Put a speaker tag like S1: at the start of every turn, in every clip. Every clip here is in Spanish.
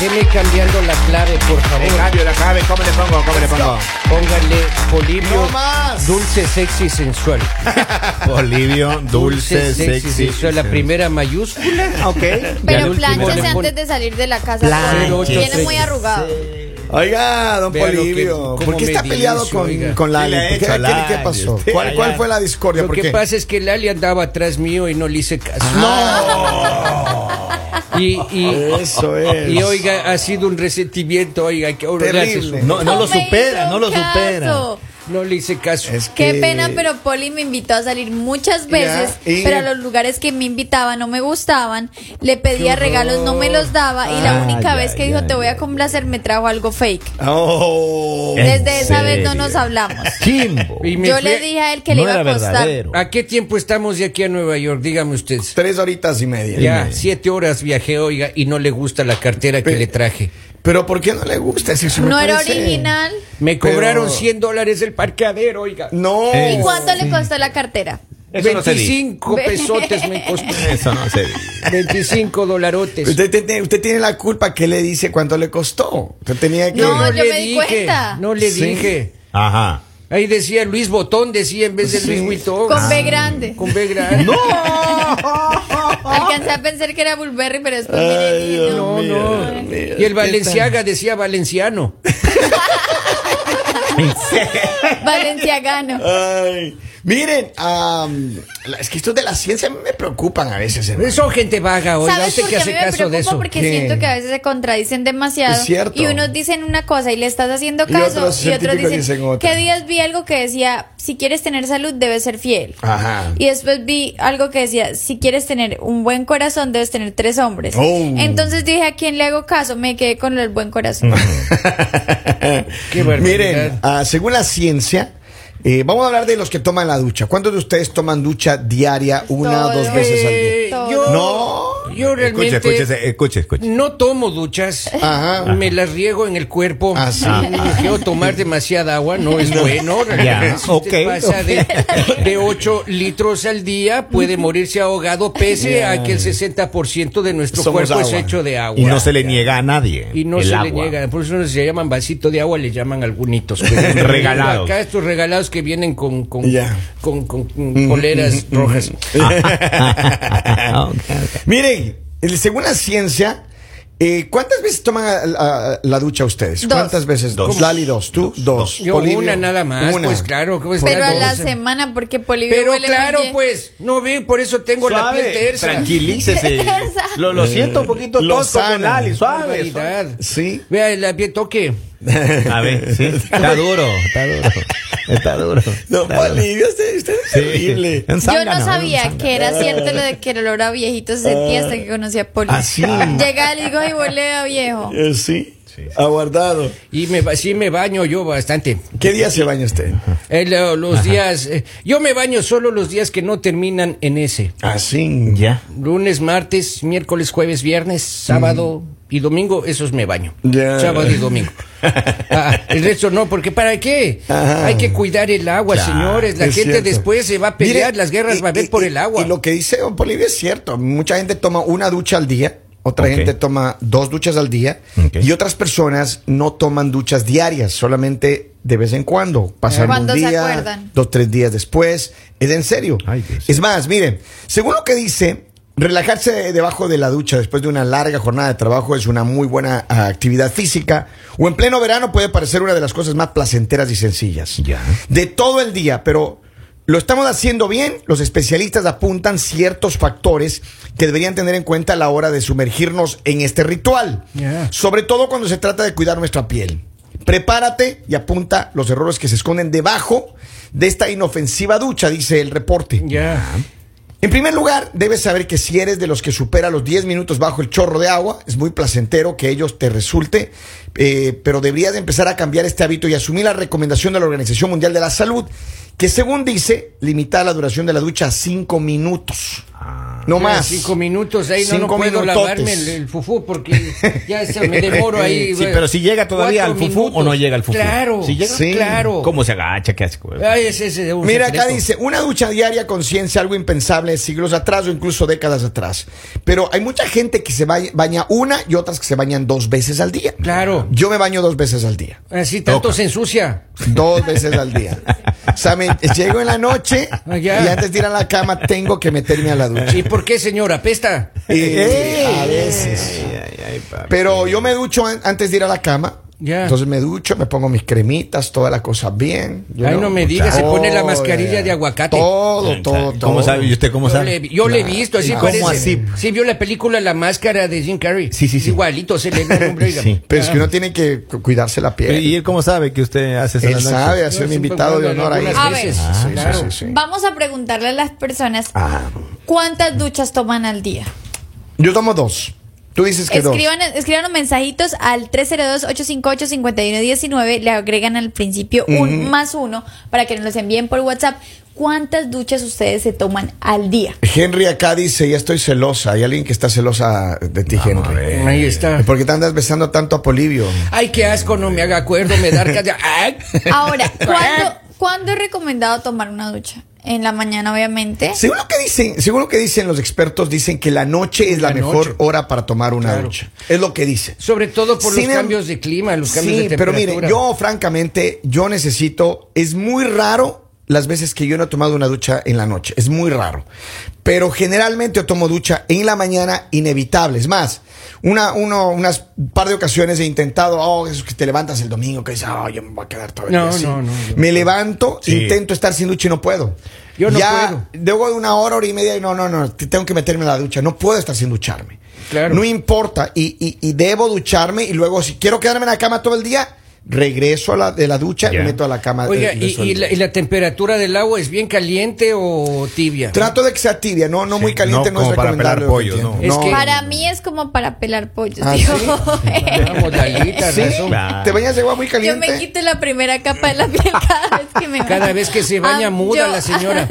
S1: Déjeme cambiando la clave, por
S2: Le
S1: favor.
S2: cambio la clave, ¿cómo le pongo? ¿Cómo le pongo?
S1: Póngale Polibio
S2: No más.
S1: dulce, sexy, sensual.
S3: Olivio, dulce, sexy.
S1: sensual. La primera mayúscula.
S2: Ok.
S1: al
S4: Pero
S1: último le
S4: planchese
S1: pone-
S4: antes de salir de la casa.
S3: Plánchese.
S4: porque Viene muy arrugado.
S5: eh,
S3: Oiga, don
S1: Vea lo que-
S3: Polivio,
S1: cómo
S3: ¿por qué
S1: me
S3: está peleado
S1: dice,
S3: con,
S1: oiga?
S3: con
S2: ¿Qué le ha
S3: Lali? ¿Qué,
S2: hecho a
S3: qué-
S2: Lali?
S3: qué pasó?
S2: Usted
S3: ¿Cuál, cuál
S2: allá.
S3: fue la discordia?
S1: Lo
S3: ¿Por
S1: que
S3: qué?
S1: pasa es que Lali andaba atrás mío y no le hice caso. Y, y,
S3: Eso es.
S1: y oiga, ha sido un resentimiento, oiga, que ahora le hace su-
S3: Terrible.
S5: No, no lo
S4: me hizo
S5: supera, no lo
S4: caso.
S5: supera.
S1: no le hice caso.
S3: Es
S4: Qué
S3: que-
S4: pena, pero Poli me invitó a salir muchas veces,
S3: y-
S4: pero a los lugares que me invitaba no me gustaban, le pedía regalos, no me los daba, y la
S5: Ah,
S4: única
S5: ya,
S4: vez que
S5: ya,
S4: dijo
S5: ya.
S4: te voy a complacer me trajo algo fake.
S3: Oh.
S5: ¿En
S4: Desde esa vez no
S5: serio?
S4: nos hablamos.
S5: Jimbo.
S1: Y me
S4: Yo
S1: fui-
S4: le dije a él que le
S5: No
S4: iba a
S5: era
S4: costar.
S5: verdadero.
S1: ¿A qué tiempo estamos de aquí a Nueva York? Dígame usted.
S3: Tres horitas y media.
S1: Ya, siete horas viajé, oiga, y no le gusta la cartera que
S3: Pe-
S1: le traje.
S3: Pero ¿por qué no le gusta? Si eso me
S4: No era
S3: parece-
S4: original.
S1: Me
S3: Pero-
S1: cobraron 100 dólares el parqueadero, oiga.
S3: No.
S4: ¿Y cuánto le costó la cartera?
S2: Eso no se dice.
S1: 25 pesotes me costó.
S5: Eso no se
S1: 25 dolarotes.
S3: Usted, tiene- usted tiene la culpa. ¿Qué le dice cuánto le costó? Usted tenía que.
S4: No, yo
S1: le
S4: me di
S1: dije,
S4: cuenta.
S1: No le
S3: Sí.
S1: dije.
S5: Ajá.
S1: Ahí decía Luis Botón, decía en vez de
S3: Sí.
S1: Luis Vuitton.
S4: Con B grande.
S1: Con B grande.
S4: Alcancé a pensar que era Bulberry, pero después miré y dije,
S1: No,
S4: no.
S1: no. Y el Valenciaga decía Valenciano.
S4: Valenciagano.
S3: Ay. Miren, am, la- es que esto de la ciencia a mí me preocupan a veces. hermano.
S1: Son gente vaga, oiga.
S4: ¿Sabes
S1: Usted
S4: por
S1: que
S4: qué a
S1: hace
S4: mí me
S1: caso de
S4: preocupa?
S1: eso.
S4: Porque
S3: ¿Qué?
S4: siento que a veces se contradicen demasiado.
S3: Es cierto.
S4: Y unos dicen una cosa y le estás haciendo
S3: Y
S4: caso.
S3: otros
S4: Y otros,
S3: científicos
S4: dicen,
S3: dicen otra.
S4: ¿qué días vi algo que decía, si quieres tener salud, debes ser fiel?
S3: Ajá.
S4: Y después vi algo que decía, si quieres tener un buen corazón, debes tener tres hombres.
S3: Oh.
S4: Entonces dije, ¿a quién le hago caso? Me quedé con el buen corazón.
S1: Qué barbaridad.
S3: Miren, ah, según la ciencia, eh, vamos a hablar de los que toman la ducha. ¿Cuántos de ustedes toman ducha diaria una o
S4: Todo.
S3: dos veces al día?
S1: Eh,
S4: Todo.
S1: yo,
S3: No.
S1: yo realmente
S5: Escuche, escuche, escuche, escuche.
S1: no tomo duchas.
S3: Ajá.
S1: Me las riego en el cuerpo.
S3: Ah, sí.
S1: Prefiero tomar demasiada agua, no es bueno.
S5: Ya,
S1: Si usted
S5: ok,
S1: pasa De, de 8 litros al día, puede morirse ahogado, pese a que el 60% de nuestro
S3: Somos
S1: cuerpo es
S3: agua.
S1: hecho de agua.
S5: Y no se le niega a nadie.
S1: y no
S5: el
S1: se le
S5: agua.
S1: niega. Por eso se llaman vasito de agua, le llaman algunitos.
S5: Regalados.
S1: Acá estos regalados que vienen con, con,
S3: Ya.
S1: con, con- con poleras rojas.
S5: Ok, ok.
S3: Miren, el- según la ciencia, eh, ¿cuántas veces toman a- a- la ducha ustedes?
S4: Dos.
S3: ¿Cuántas veces? Dos. Lali, dos. ¿Tú? Dos.
S1: Yo
S3: Polibio,
S1: una nada más,
S3: una.
S1: pues claro. ¿cómo está
S4: Pero a
S1: la
S4: la
S1: cosa?
S4: semana, porque Polibio
S1: Pero
S4: huele
S1: claro,
S4: muy bien.
S1: pues, no ve, por eso tengo la piel tersa.
S5: Tranquilícese. Lo, lo siento un poquito
S3: Lo
S5: tosco
S3: sana.
S5: con Lali. Suave. suave.
S1: Barbaridad.
S3: Sí.
S1: Vea, la piel toque.
S5: A ver, sí. Está duro. Está duro. Está duro.
S3: No,
S5: está duro.
S3: Polibio, usted, usted es
S5: Sí.
S3: terrible.
S5: En
S4: Yo
S5: zángano,
S4: no sabía
S5: en
S4: que era cierto lo de que el olor a viejito se sentía hasta que conocí a Poli.
S3: Ah, sí.
S4: Llega y digo, ay, huele a viejo.
S3: Eh, sí. Aguardado.
S1: Y me, ba- sí me baño yo bastante.
S3: ¿Qué día se baña usted?
S1: El, eh, los días. eh, yo me baño solo los días que no terminan en ese.
S3: Así.
S5: zángano. Ya.
S1: Lunes, martes, miércoles, jueves, viernes, sábado y domingo, esos me baño.
S3: Mm. Ya.
S1: Sábado y domingo. Ah, el resto no, porque ¿para qué?
S3: Ajá.
S1: Hay que cuidar el agua,
S5: Claro,
S1: señores. La
S3: Es
S1: gente
S3: cierto.
S1: después se va a pelear,
S3: Mire,
S1: las guerras
S3: y-
S1: va a haber
S3: y-
S1: por
S3: y-
S1: el agua.
S3: Y lo que dice don Polivio es cierto. Mucha gente toma una ducha al día, otra
S5: Ok.
S3: gente toma dos duchas al día
S5: Ok.
S3: y otras personas no toman duchas diarias, solamente de vez en cuando. Pasan
S4: Cuando
S3: un
S4: se
S3: día,
S4: acuerdan.
S3: dos, tres días después. Es en serio.
S5: Ay, Dios.
S3: es más, miren, según lo que dice... Relajarse debajo de la ducha después de una larga jornada de trabajo es una muy buena ah, actividad física o en pleno verano puede parecer una de las cosas más placenteras y sencillas
S5: Ya.
S3: de todo el día, pero lo estamos haciendo bien. Los especialistas apuntan ciertos factores que deberían tener en cuenta a la hora de sumergirnos en este ritual,
S1: Yeah.
S3: sobre todo cuando se trata de cuidar nuestra piel. Prepárate y apunta los errores que se esconden debajo de esta inofensiva ducha, dice el reporte.
S1: Ya.
S3: En primer lugar, debes saber que si eres de los que supera los 10 minutos bajo el chorro de agua, es muy placentero que ellos te resulte, eh, pero deberías de empezar a cambiar este hábito y asumir la recomendación de la Organización Mundial de la Salud, que según dice, limitar la duración de la ducha a 5 minutos.
S5: Ah,
S3: No más.
S1: Cinco minutos, ahí no, no
S3: Cinco
S1: puedo
S3: minutotes.
S1: lavarme el, el fufú porque ya se me demoro ahí.
S5: Sí,
S1: eh,
S5: pero si llega todavía al
S1: cuatro
S5: fufú o no
S1: minutos.
S5: llega al fufú.
S1: Claro,
S5: Si llega-
S3: Sí.
S1: claro.
S5: ¿Cómo se agacha? ¿Qué hace? güey?
S1: Ay, ese es un
S3: Mira,
S1: secreto.
S3: acá dice, una ducha diaria con ciencia, algo impensable siglos atrás o incluso décadas atrás. Pero hay mucha gente que se ba- baña una y otras que se bañan dos veces al día.
S1: Claro.
S3: Yo me baño dos veces al día.
S1: Así tanto
S5: Toca.
S1: se ensucia.
S3: Dos veces al día. O sea, me- llego en la noche
S1: Ah,
S3: y
S1: ya.
S3: antes de ir a la cama tengo que meterme a la ducha.
S1: ¿Y por qué, señora? ¿Pesta?
S5: Pues,
S3: Eh, a veces.
S5: Ay, ay, ay, papi.
S3: Pero yo me ducho an- antes de ir a la cama.
S1: Ya.
S3: Entonces me ducho, me pongo mis cremitas, toda la cosa bien. you
S1: Ay,
S3: know.
S1: no me diga, se pone la
S3: Todo,
S1: mascarilla
S3: ya.
S1: de aguacate.
S3: Todo, todo, todo.
S5: ¿Cómo sabe? ¿Y usted cómo
S1: Yo
S5: sabe?
S1: le, yo le he visto, así
S5: ¿Y cómo
S1: parece.
S5: así?
S1: Sí, vio la película La Máscara de Jim Carrey.
S5: Sí, sí, sí.
S1: Igualito se le ve el hombre, oiga.
S5: Sí.
S3: Pero es que uno tiene que cu- cuidarse la piel.
S5: ¿Y él cómo sabe que usted hace eso? en
S3: Él
S5: la noche?
S3: sabe, ha
S1: Yo
S3: sido mi
S1: siempre
S3: invitado de
S1: guardo
S3: honor ahí.
S1: algunas
S4: A ver.
S1: veces.
S3: Sí,
S5: Ah,
S3: sí,
S1: Claro.
S3: sí, sí.
S4: Vamos a preguntarle a las personas
S3: Ah.
S4: cuántas duchas toman al día.
S3: Yo tomo dos. Tú dices que dos.
S4: Escriban, escriban mensajitos al 302-858-5119. Le agregan al principio un más uno para que nos los envíen por WhatsApp. ¿Cuántas duchas ustedes se toman al día?
S3: Henry acá dice, ya estoy celosa. Hay alguien que está celosa de ti,
S5: Vamos a
S3: Henry.
S5: ver.
S1: Ahí está.
S3: ¿Por qué te andas besando tanto a Polivio?
S1: Ay, qué asco, no me haga acuerdo, me da arcadia. Ay.
S4: Ahora, ¿cuándo, ¿cuándo es recomendado tomar una ducha? En la mañana, obviamente.
S3: Según lo que dicen, según lo que dicen los expertos, dicen que la noche es la,
S1: La
S3: mejor
S1: noche.
S3: hora para tomar una
S1: Claro.
S3: ducha. Es lo que dicen.
S1: Sobre todo por
S3: Sin
S1: los
S3: em-
S1: cambios de clima, los cambios
S3: sí,
S1: de
S3: pero
S1: temperatura.
S3: miren, yo francamente, yo necesito, es muy raro las veces que yo no he tomado una ducha en la noche, es muy raro. Pero generalmente yo tomo ducha en la mañana, inevitable. Es más, una, uno, unas par de ocasiones he intentado, oh, eso que te levantas el domingo, que dices, oh, yo me voy a quedar todo el
S1: No,
S3: día así".
S1: no, no, yo-
S3: Me levanto,
S5: Sí.
S3: intento estar sin ducha y no puedo.
S1: Yo no
S3: ya Luego de una hora, hora y media, y no, no, no, te- tengo que meterme en la ducha, no puedo estar sin ducharme.
S1: Claro.
S3: No importa. Y, y- y debo ducharme y luego si quiero quedarme en la cama todo el día, regreso a la, de la ducha y
S5: Ya.
S3: me meto a la cama. eh,
S1: Oiga,
S3: de- de
S1: y, y
S3: sueldo.
S1: la, y la temperatura del agua es bien caliente o tibia?
S3: Trato de que sea tibia, no, no
S5: Sí,
S3: muy caliente, no,
S5: no
S3: es
S5: como para
S3: recomendable.
S5: pelar
S3: yo
S5: pollo, no.
S3: entiendo.
S1: Es que-
S4: Para mí es como para pelar pollos.
S3: Ah,
S4: digo.
S3: ¿sí?
S1: Vamos, Dalita,
S3: Sí,
S1: razón.
S5: Claro.
S3: te bañas de agua muy
S4: Yo
S3: caliente.
S4: me quito la primera capa de la piel cada vez que me baño.
S1: Cada vez que se baña
S4: Ah,
S1: muda
S4: yo-
S1: la señora.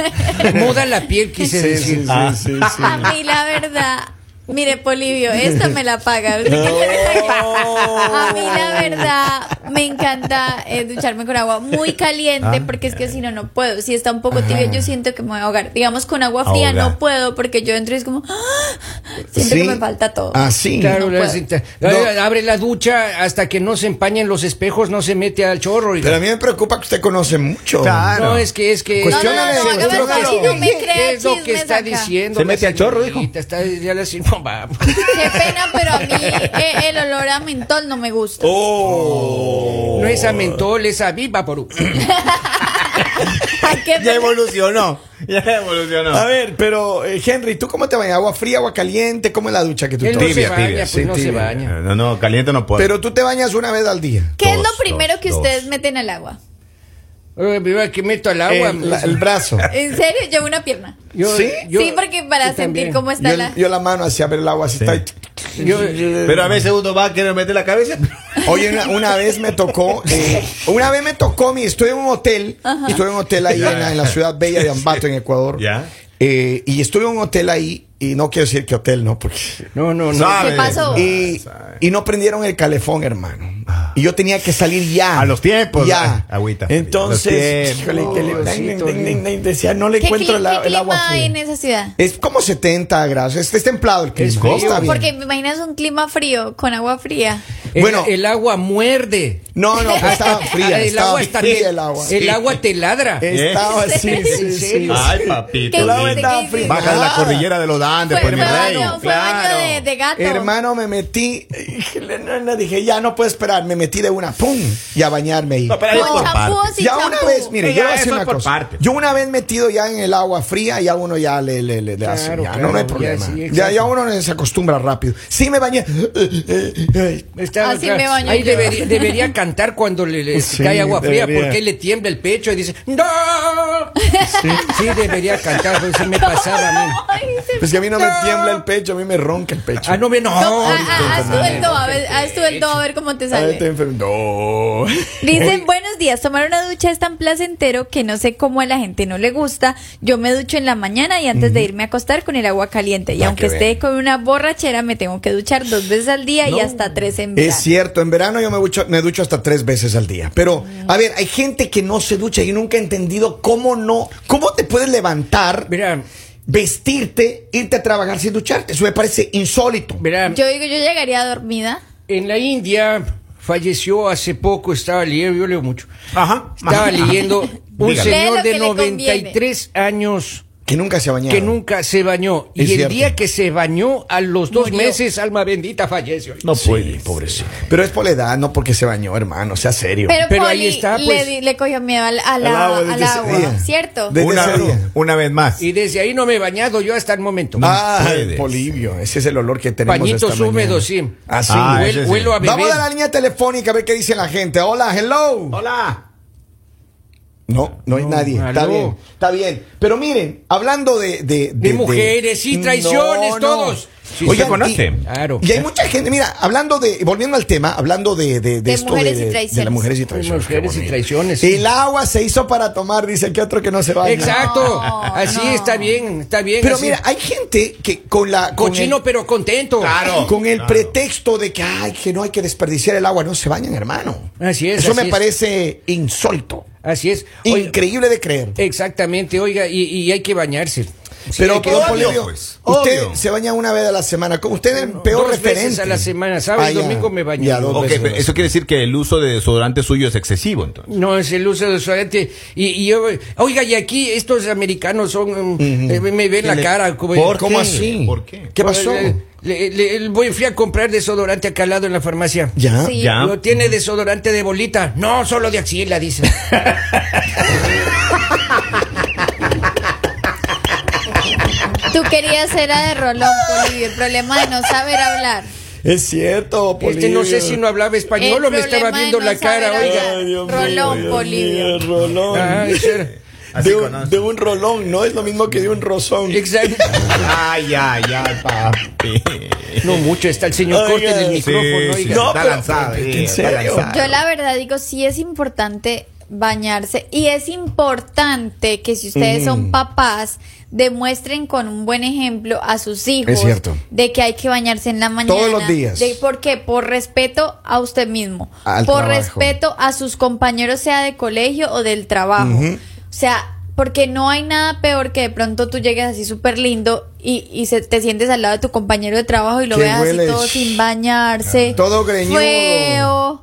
S1: Muda la piel, quise
S3: Sí,
S1: decir.
S3: sí,
S5: Ah.
S3: sí, sí, sí.
S4: A mí la verdad, mire Polivio, esta me la paga. ¿Qué quieres aquí? A mí la verdad me encanta eh, ducharme con agua muy
S3: Ah.
S4: caliente porque es que si no no puedo. Si está un poco tibio yo siento que me voy a ahogar. Digamos con agua fría
S5: Ahogar.
S4: no puedo porque yo entro y es como ¡ah! siento
S3: Sí.
S4: que me falta todo.
S3: Ah, sí.
S1: Claro,
S4: No
S1: la
S4: puedo.
S1: cinta.
S3: No.
S1: Ay, Abre la ducha hasta que no se empañen los espejos, no se mete al chorro. oiga.
S3: Pero a mí me preocupa que usted conoce mucho.
S5: Claro.
S1: No, es que es que.
S4: no, no, no,
S3: Cuestiónale,
S4: no, hágame el
S3: cuestiónale.
S4: caso, no me crea
S1: es lo que
S4: chismes
S1: está
S4: acá.
S1: diciendo.
S5: Se
S1: la
S5: mete al chorro, dijo.
S1: señorita, Está, ya le decimos, no, vamos.
S4: Qué pena, pero a mí eh, el olor a mentol no me gusta.
S5: Oh,
S1: No es a mentol, es a viva por.
S4: Ay, qué pena.
S5: evolucionó. Ya evolucionó.
S3: A ver, pero eh, Henry, ¿tú cómo te bañas? ¿Agua fría, agua caliente? ¿Cómo es la ducha que tú
S1: Él no
S3: tomas?
S1: se
S5: Tibia,
S1: baña,
S5: tibia,
S1: pues
S5: sí,
S1: no se
S5: tibia.
S1: baña.
S5: No, no, caliente no puedo.
S3: Pero tú te bañas una vez al día.
S4: ¿Qué es lo
S5: Dos,
S4: primero
S5: dos,
S4: que
S5: dos.
S4: ustedes meten al agua?
S1: Eh, mira que meto al agua.
S3: El- Eh, la- el brazo.
S4: ¿En serio? Yo una pierna.
S1: Yo-
S3: ¿Sí?
S1: yo-
S4: sí, porque para
S1: yo
S4: sentir
S1: también.
S4: cómo está
S3: yo,
S4: la...
S3: yo la mano hacia ver el agua así
S5: Sí.
S3: está. y-
S1: Yo- yo-
S5: Pero a veces uno va a querer meter la cabeza.
S3: Oye, una, una vez me tocó, eh, una vez me tocó, mi, estuve en un hotel, estuve en un hotel ahí en la, en la ciudad bella de Ambato, en Ecuador.
S5: Ya.
S3: Eh, y estuve en un hotel ahí, y no quiero decir qué hotel, ¿no? Porque.
S1: No, no, no.
S5: Sabe.
S4: ¿Qué pasó?
S3: Y, y no prendieron el calefón, hermano. Y yo tenía que salir ya.
S5: Ah. A los tiempos,
S3: Ya.
S5: a- agüita fría.
S3: Entonces,
S5: Los
S3: híjole,
S5: tiempos,
S3: te le-
S1: sí,
S3: ding, ding, ding, ding, decía, no le
S4: ¿Qué,
S3: encuentro
S4: cli-
S3: el, a-
S4: qué
S3: el agua
S4: clima hay
S3: fría.
S4: en esa ciudad?
S3: Es como 70 grados. Es, es templado el clima.
S1: frío.
S3: Está bien.
S4: Porque me imaginas un clima frío con agua fría.
S1: El-
S3: bueno.
S1: el agua muerde.
S3: No, no, pero estaba
S1: Ah,
S3: fría.
S1: el
S3: estaba
S1: agua está
S3: fría
S1: te-
S3: el agua. Eh,
S1: El agua te ladra.
S3: Estaba
S4: ¿En
S3: así,
S4: serio?
S3: sí, sí, sí.
S1: ¿En
S5: Ay, papito.
S4: ¿Qué
S5: lindo.
S4: hiciste? ¿Qué hiciste?
S5: Baja de la
S3: Ah.
S5: cordillera de los Andes,
S4: Fue,
S5: pues mi
S4: fue
S5: rey.
S4: baño, fue
S5: claro.
S4: baño de, de gato.
S3: Hermano, me metí. híjole, no, no, Dije, ya no puedo esperar. Me metí de una, pum, y a bañarme ahí.
S5: No, pero ahí es por
S4: ¿Con champú o
S5: partes.
S4: sin
S3: ya
S4: champú?
S3: una vez, mire,
S5: Sí,
S3: yo
S5: ya,
S3: voy a decir
S5: eso es
S3: una
S5: por
S3: cosa.
S5: parte.
S3: Yo una vez metido ya en el agua fría, ya uno ya le, le, le- le hace,
S1: Claro,
S3: ya,
S1: claro,
S3: no, no hay
S1: ya,
S3: problema.
S1: sí,
S3: ya,
S1: exacto.
S3: ya uno se acostumbra rápido. Sí me bañé.
S1: Está
S2: claro,
S4: Así
S2: claro.
S4: me baño.
S1: Ahí
S4: yo.
S1: debería, debería cantar cuando le, le
S2: Sí,
S1: cae agua fría,
S2: debería.
S1: porque le tiembla el pecho y dice, ¡No! Sí, debería cantar, pues se me pasaba a mí.
S4: Ay, se-
S3: Pues que a mí no me
S1: No.
S3: tiembla el pecho, a mí me ronca el pecho.
S1: Ah, no me, no.
S4: No, ah, ah, haz tú el do, a ver, haz tú el do, a ver cómo te
S3: Ay,
S4: sale.
S3: estoy enfermo. No.
S4: Dicen, buenos días, tomar una ducha es tan placentero que no sé cómo a la gente no le gusta. Yo me ducho en la mañana y antes de irme a acostar con el agua caliente. Y
S3: Ah,
S4: aunque
S3: qué
S4: esté
S3: bien.
S4: con una borrachera, me tengo que duchar dos veces al día y hasta tres en verano.
S3: Es cierto, en verano yo me ducho, me ducho hasta tres veces al día. Pero, a ver, hay gente que no se ducha y nunca he entendido cómo no, cómo te puedes levantar,
S1: Mira,
S3: vestirte, irte a trabajar sin ducharte. Eso me parece insólito.
S1: mira,
S4: Yo digo, yo llegaría dormida.
S1: en la India falleció hace poco, estaba leyendo, yo leo mucho,
S2: Ajá.
S1: estaba leyendo un
S2: Dígalo.
S4: Lee
S1: señor
S4: lo que
S1: de
S4: le
S1: 93 años
S3: Que nunca se ha bañado.
S1: que nunca se bañó.
S3: Es
S1: y el
S3: cierto.
S1: día que se bañó, a los dos
S4: Murió.
S1: meses, alma bendita falleció.
S2: No puede, pobrecito.
S3: Pero es por la edad, no porque se bañó, hermano, sea serio.
S4: Pero,
S1: Pero
S4: Poli
S1: ahí está,
S4: le
S1: pues.
S4: di- le, cogió miedo al,
S3: Al
S4: al a-
S3: agua
S4: al
S3: desde ese
S4: agua,
S3: día.
S4: ¿cierto?
S3: Desde
S2: Una,
S3: ese día.
S2: una vez más.
S1: Y desde ahí no me he bañado yo hasta el momento.
S3: Ah,
S2: puedes.
S3: el polivio, ese es el olor que tenemos
S1: Pañitos
S3: esta mañana.
S1: húmedos, sí.
S3: Así.
S2: Ah,
S1: Huel-
S2: ese sí.
S1: huelo a bebé.
S3: Vamos a la línea telefónica a ver qué dice la gente. Hola, hello.
S2: Hola.
S3: No, no hay
S1: No,
S3: nadie. Está
S1: aló.
S3: bien, está bien. Pero miren, hablando de... De,
S1: De mujeres y traiciones, todos. Sí,
S5: Oiga,
S1: sí.
S5: conoce.
S1: Claro.
S3: Y hay mucha gente, mira, hablando de, volviendo al tema, hablando de, de, de
S4: De
S3: esto
S4: mujeres y
S3: de, de,
S4: traiciones.
S3: las mujeres y
S1: Hay
S3: traiciones. qué
S1: mujeres y
S3: bonito.
S1: traiciones. sí.
S3: El agua se hizo para tomar, dice que otro que no se baña.
S1: Exacto.
S4: No,
S1: así
S4: no.
S1: está bien, está bien.
S3: Pero
S1: así.
S3: mira, hay gente que con la... Con
S1: cochino
S3: el-
S1: pero contento.
S2: Claro.
S3: con el pretexto de que, ay, que no hay que desperdiciar el agua, no se bañan, hermano.
S1: Así es,
S3: Eso
S1: así
S3: me
S1: es.
S3: parece insólito.
S1: Así es. Oiga,
S3: Increíble de creer.
S1: exactamente, oiga, y, y hay que bañarse. Sí, hay
S3: Pero,
S1: que
S3: don
S1: bañarse.
S3: Polibio,
S2: pues,
S3: usted
S2: obvio.
S3: se baña una vez a la semana. ¿Cómo? Usted es el peor
S1: dos
S3: referente. Ah,
S1: veces a la semana, sábado y
S3: ya.
S1: domingo me baño.
S3: Ya, dos
S5: Ok,
S3: veces a la
S5: pero eso quiere decir que el uso de desodorante suyo es excesivo, entonces.
S1: No, es el uso de suerte. Y, y yo, oiga, y aquí estos americanos son. um, eh, me ven la
S5: le-
S1: cara. Como,
S5: ¿Por
S1: ¿cómo
S5: qué?
S1: así?
S5: ¿Por qué?
S3: ¿Qué pasó?
S1: Pues Le, le- le- voy, fui a comprar desodorante acá al lado en la farmacia.
S3: Ya.
S4: Sí.
S5: Ya.
S1: No tiene desodorante de bolita. No, solo de axila, dice.
S4: Tú querías era de Rolón, Poli, el problema de no saber hablar.
S3: Es cierto,
S1: Este no sé si no hablaba español
S4: El
S1: o me estaba
S4: problema de
S1: viendo
S4: no
S1: la cara,
S4: saber
S1: oiga.
S4: hablar. Rolón, Polibio.
S3: Rolón.
S1: Ah, eso era.
S5: Así
S3: de, un,
S5: conoce.
S3: de un rolón, no es lo mismo que de un rozón.
S1: Exacto.
S5: Ay, ay, ay, papi.
S1: No mucho está el señor
S3: Oiga,
S1: Corte en el
S3: sí,
S1: micrófono,
S5: sí,
S1: oiga.
S3: No,
S5: está
S3: pero-
S5: lanzado, sí,
S3: ¿en
S5: está
S3: serio?
S5: lanzado.
S4: Yo la verdad digo, sí es importante bañarse y es importante que si ustedes son papás demuestren con un buen ejemplo a sus hijos
S3: Es cierto.
S4: de que hay que bañarse en la mañana
S3: Todos los días.
S4: de por qué por respeto a usted mismo
S3: Al
S4: por
S3: trabajo.
S4: respeto a sus compañeros sea de colegio o del trabajo
S3: Ujú.
S4: o sea porque no hay nada peor que de pronto tú llegues así súper lindo y, y se, te sientes al lado de tu compañero de trabajo y lo
S3: Que
S4: veas
S3: huele-
S4: así todo sin bañarse.
S3: Todo greñudo.
S4: Feo.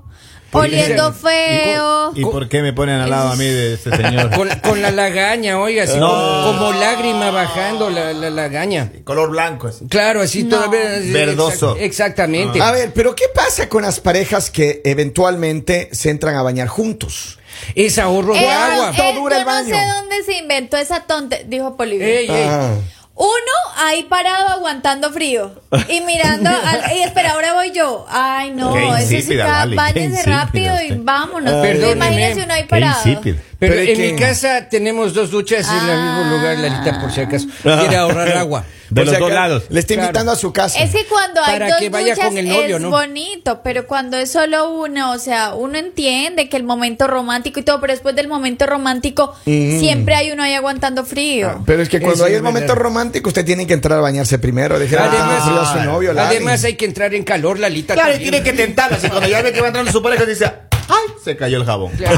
S4: Oliendo feo.
S5: ¿Y por qué me ponen al lado a mí de este señor?
S1: Con, con la lagaña, oiga, así
S5: No.
S1: como, como lágrima bajando la, la lagaña.
S5: Color blanco, así.
S1: Claro, así
S4: No.
S1: todavía. así,
S5: Verdoso.
S1: exact- exactamente.
S3: A ver, pero ¿qué pasa con las parejas que eventualmente se entran a bañar juntos?
S1: Es ahorro de
S4: Eh,
S1: agua.
S4: eh,
S3: Todo dura el
S4: yo no
S3: baño.
S4: sé dónde se inventó esa tonta, dijo Polivio.
S1: Ey, ey.
S3: Ah.
S4: Uno ahí parado aguantando frío y mirando al, y espera, ahora voy yo. Ay, no,
S5: Qué
S4: eso sí
S5: insípida,
S4: está,
S5: Lali, qué
S4: báñense
S5: insípida
S4: rápido y
S5: usted.
S4: vámonos.
S1: Ay,
S4: Pero
S1: perdóneme.
S4: imagínese uno ahí
S5: Qué
S4: parado.
S5: insípido.
S1: Pero,
S3: Pero es
S1: en
S3: que-
S1: mi casa tenemos dos duchas en el mismo lugar, Lalita, por si acaso.
S3: Ah.
S1: Quiere ahorrar agua.
S5: De
S3: O
S5: los
S3: sea,
S5: dos
S3: que
S5: lados.
S3: Le está
S1: Claro.
S3: invitando a su casa.
S4: Es que cuando hay
S1: Para
S4: dos
S1: que vaya
S4: duchas
S1: con el novio,
S4: es
S1: ¿no?
S4: bonito, pero cuando es solo uno, o sea, uno entiende que el momento romántico y todo, pero después del momento romántico siempre hay uno ahí aguantando frío.
S3: Ah, Pero es que cuando
S1: Eso
S3: hay
S1: es
S3: el momento
S1: verdad.
S3: romántico, usted tiene que entrar a bañarse primero. Dejar
S1: Además-
S3: Ah, a su novio. Lali.
S1: Además, hay que entrar en calor, Lalita.
S5: Claro, y
S1: también.
S5: tiene que tentarlo. Así cuando ya ve que va entrando su pareja, dice, ¡ay! Se cayó el jabón.
S1: Claro.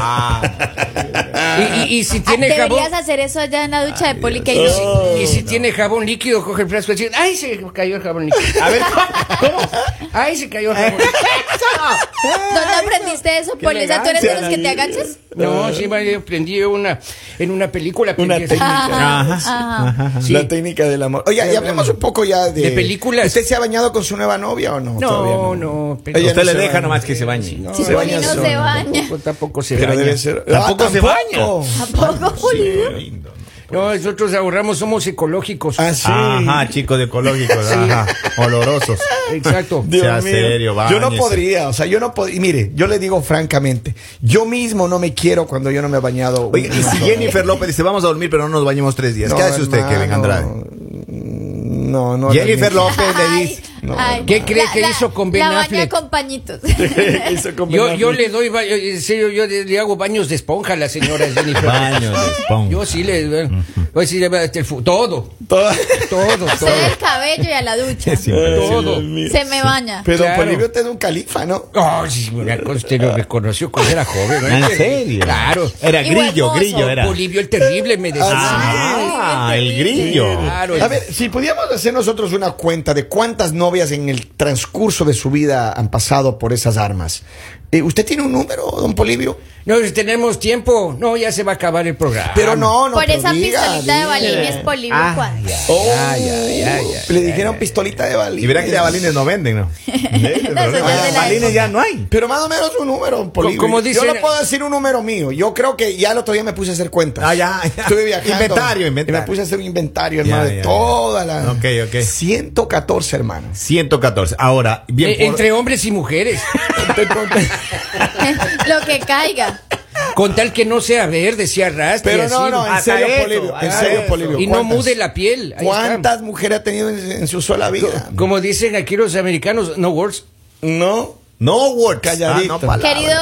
S5: Ah.
S1: Y, y- y si
S4: Ah,
S1: tiene jabón.
S4: Deberías hacer eso allá en la ducha de poli que yo-
S1: Y si tiene jabón líquido, coge el frasco y dice, ¡ay, se cayó el jabón líquido!
S5: A ver, ¿cómo?
S1: ¡Ay, se cayó el jabón líquido!
S3: Ah.
S4: ¿Dónde aprendiste eso,
S1: Qué
S4: poli? O sea, ¿tú eres de los
S1: elegancia,
S4: que te agachas?
S1: No, sí, me aprendí una, en una película.
S3: Una
S1: aprendí eso.
S3: técnica.
S5: Ajá.
S1: Sí.
S3: La técnica del amor. Oye, y hablemos un poco ya de.
S1: De películas.
S3: ¿Usted se ha bañado con su nueva novia o no? Todavía
S1: No, no. pero-
S3: Ella
S5: Usted
S3: no
S5: le
S3: se
S5: deja
S3: baña.
S5: nomás que se bañe.
S4: Si
S3: se
S4: poli
S3: baña
S4: no
S3: solo,
S4: se baña.
S1: Tampoco, tampoco se
S3: Pero Ah,
S1: baña.
S3: debe ser.
S5: Tampoco se baña.
S4: ¿A poco, poli?
S5: lindo.
S1: No, nosotros ahorramos, somos ecológicos.
S3: Ah, sí.
S5: Ajá, chicos de ecológicos, ajá, olorosos.
S1: Exacto.
S5: Dios Sea serio,
S3: yo no
S5: báñese.
S3: podría, o sea, yo no podría. Mire, yo le digo francamente, yo mismo no me quiero cuando yo no me he bañado.
S5: Oye, y
S3: una
S5: si
S3: sola
S5: Jennifer López dice, vamos a dormir, pero no nos bañemos tres días.
S3: No,
S5: ¿Qué hace usted,
S3: hermano.
S5: Kevin Andrade?
S3: No, no.
S5: Jennifer
S3: realmente.
S5: López le dice,
S1: ¿Qué cree que hizo con Ben
S4: la baña
S1: Affleck?
S4: con pañitos.
S3: Eso con
S1: Yo,
S3: Ben
S1: yo
S3: Affleck.
S1: le doy, ba- en serio, yo le, le hago baños de esponja a la señora Jennifer.
S5: baño de esponja.
S1: Yo sí le, bueno, pues sí le voy a dar el fu- todo,
S3: Todo-
S1: todo,
S4: Se
S1: todo.
S4: da el cabello y a la ducha.
S5: Es impresionante.
S1: Todo.
S4: Se me baña.
S3: Pero
S1: Claro.
S3: Polibio te da un califa, ¿no?
S1: Oh, sí, una cosa, usted lo reconoció cuando era joven. ¿no?
S5: ¿En serio?
S1: Claro.
S5: Era
S4: Y
S5: grillo,
S4: huevoso,
S5: grillo era.
S1: Bolivio el terrible me decía.
S5: Ah,
S4: sí.
S5: el grillo.
S1: Claro.
S3: A ver, si pudiéramos hacer nosotros una cuenta de cuántas novias en el transcurso de su vida han pasado por esas armas. Eh, ¿Usted tiene un número, don Polibio?
S1: No si tenemos tiempo. No, ya se va a acabar el programa.
S5: Ah.
S1: Eh,
S3: Pero no, no.
S4: Por
S3: pero
S4: esa
S3: diga,
S4: pistolita de
S3: diga.
S4: balín
S5: Eh.
S4: es Polibio cuando-
S3: Oh,
S1: Ay, ay, ay, ay,
S3: le dijeron pistolita de balín.
S5: Y verá que ya balines no venden, ¿no?
S4: ya
S5: Ah, Balines ya no hay.
S3: Pero más o menos un número, don Polibio.
S1: como
S3: Yo
S1: dicen-
S3: no puedo decir un número mío. Yo creo que ya el otro día me puse a hacer cuentas.
S5: Ah, ya, ya.
S3: Estuve viajando.
S5: Inventario,
S3: Y
S5: inventario.
S3: me puse a hacer un inventario,
S5: Ya,
S3: hermano, de
S5: ya, ya.
S3: todas las.
S5: Ok, ok.
S3: 114, hermano.
S5: 114. Ahora, bien
S1: Eh,
S5: por-
S1: Entre hombres y mujeres.
S3: Estoy contento.
S4: Lo que caiga.
S1: Con tal que no sea ver, decía Rasta. y
S3: Pero no,
S1: así.
S3: no, en
S5: hasta
S3: serio,
S5: eso,
S3: Polibio. En
S5: hasta
S3: serio,
S5: eso.
S3: Polibio.
S1: Y no
S3: ¿cuántas-
S1: mude la piel. Ahí está.
S3: ¿Cuántas mujeres ha tenido en, en su sola vida?
S1: Como dicen aquí los americanos, no words.
S3: No.
S5: No words.
S3: Calladito.
S5: Ah, no palabras.
S4: Querido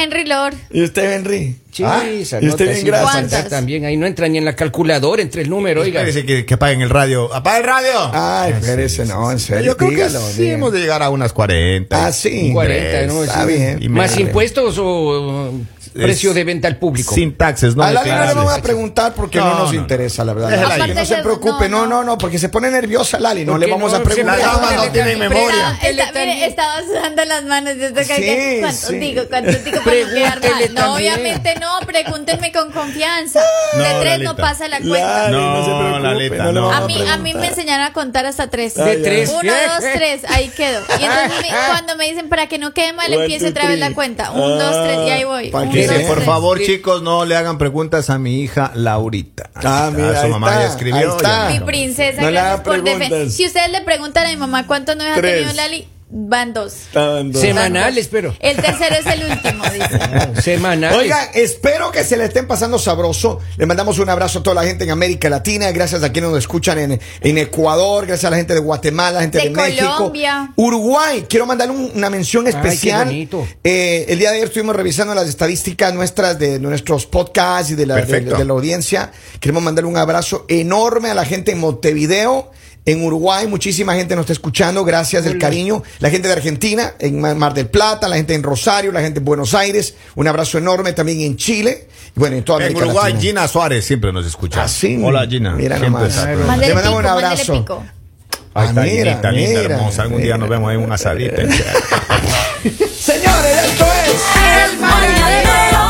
S4: Henry Lord,
S3: ¿Y usted, Henry?
S1: Sí, esa
S3: Ah, ¿Y usted,
S1: nota
S3: bien,
S1: sí va a
S3: gracias?
S1: faltar
S4: ¿Cuántas?
S1: También ahí no entra ni en la calculadora, entre el número, oiga.
S5: Espérese que, que apaguen el radio. ¡Apaga el radio!
S3: Ay, espérese, no, en serio.
S5: Yo creo
S3: Ah, dígalo,
S5: que sí
S3: dígalo.
S5: hemos de llegar a unas 40.
S3: Ah, sí.
S1: 40, ¿no?
S3: Está
S1: Sí.
S3: bien.
S5: Y
S1: ¿Más
S5: medio.
S1: impuestos o uh, precio de venta al público?
S5: Sin taxes, no
S3: a Lali no le
S5: declarables.
S3: vamos a preguntar porque no,
S5: No,
S3: nos
S5: no, no.
S3: interesa, la verdad.
S5: Déjela
S3: Lali,
S5: ahí.
S3: que no se preocupe, no, no, no, porque se pone nerviosa Lali, no
S1: ¿Por
S3: le
S1: qué
S3: vamos a
S1: no?
S3: preguntar.
S5: Las
S1: Siempre-
S5: damas no tienen memoria.
S4: ah, Está- está-
S1: también.
S4: mire, estaba sudando las manos. Yo estoy
S3: Sí,
S4: cayendo. ¿Cuánto
S3: sí.
S4: digo? ¿Cuánto digo? para no quedar
S1: Pregúntele
S4: mal? No,
S1: también.
S4: obviamente no. Pregúntenme con confianza.
S5: No,
S4: de tres no
S5: Lalita.
S4: pasa la cuenta.
S3: Lali, no se
S5: No,
S3: preocupe,
S5: Lalita,
S3: no le
S5: no.
S3: vamos
S4: A
S3: a
S4: mí, a mí me enseñaron a contar hasta tres.
S1: De tres.
S4: Uno, dos, tres, ahí quedo. Y entonces me- cuando me dicen para que no quede mal,
S3: One,
S4: empiezo
S3: two,
S4: otra vez la
S3: three.
S4: cuenta. Un, dos, tres, y ahí voy.
S3: Pa'
S4: Un,
S3: que
S4: dos,
S5: Dice,
S3: vean.
S5: por
S4: tres.
S5: favor,
S1: Sí.
S5: chicos, no le hagan preguntas a mi hija Laurita.
S3: Ah, mira,
S5: Ah, su
S3: ahí
S5: mamá
S3: está,
S5: ya
S3: ahí
S5: escribió.
S3: está.
S5: ya.
S4: Mi princesa,
S3: No le
S4: gracias
S3: hagan
S4: por
S3: preguntas.
S4: defen- Si ustedes le preguntan a mi mamá cuántos novios ha
S3: Tres.
S4: tenido Lali, van dos.
S3: preguntar.
S1: Semanal, espero.
S4: El tercero es el último, dice.
S1: Semanal.
S3: Oigan, espero que se le estén pasando sabroso. Le mandamos un abrazo a toda la gente en América Latina. Gracias a quienes nos escuchan en, en Ecuador. Gracias a la gente de Guatemala, gente de,
S4: De
S3: México.
S4: Colombia.
S3: Uruguay. Quiero mandar un- una mención especial.
S1: bonito.
S3: Eh, el día de ayer estuvimos revisando las estadísticas nuestras de nuestros podcasts y de la, de-
S5: Perfecto.
S3: de la audiencia. Queremos mandar un abrazo enorme a la gente en Montevideo. En Uruguay, muchísima gente nos está escuchando. Gracias del cariño. La gente de Argentina, en Ma- Mar del Plata, la gente en Rosario, la gente en Buenos Aires. Un abrazo enorme también en Chile. Y bueno, en toda
S5: En
S3: América
S5: Uruguay,
S3: Latina.
S5: Gina Suárez siempre nos escucha.
S3: Ah, sí.
S5: Hola, Gina.
S3: Mira
S5: Siempre
S3: nomás.
S5: está-
S3: Ay,
S4: Mándale
S3: Le mandamos
S4: pico,
S3: un
S4: mándale
S3: abrazo.
S4: pico.
S5: Ahí está,
S3: Ah, mira,
S5: Ginita, linda,
S3: mira, Eh,
S5: hermosa. Algún día
S3: mira.
S5: nos vemos ahí en una asadita.
S3: Señores, esto es.
S4: El mañanero.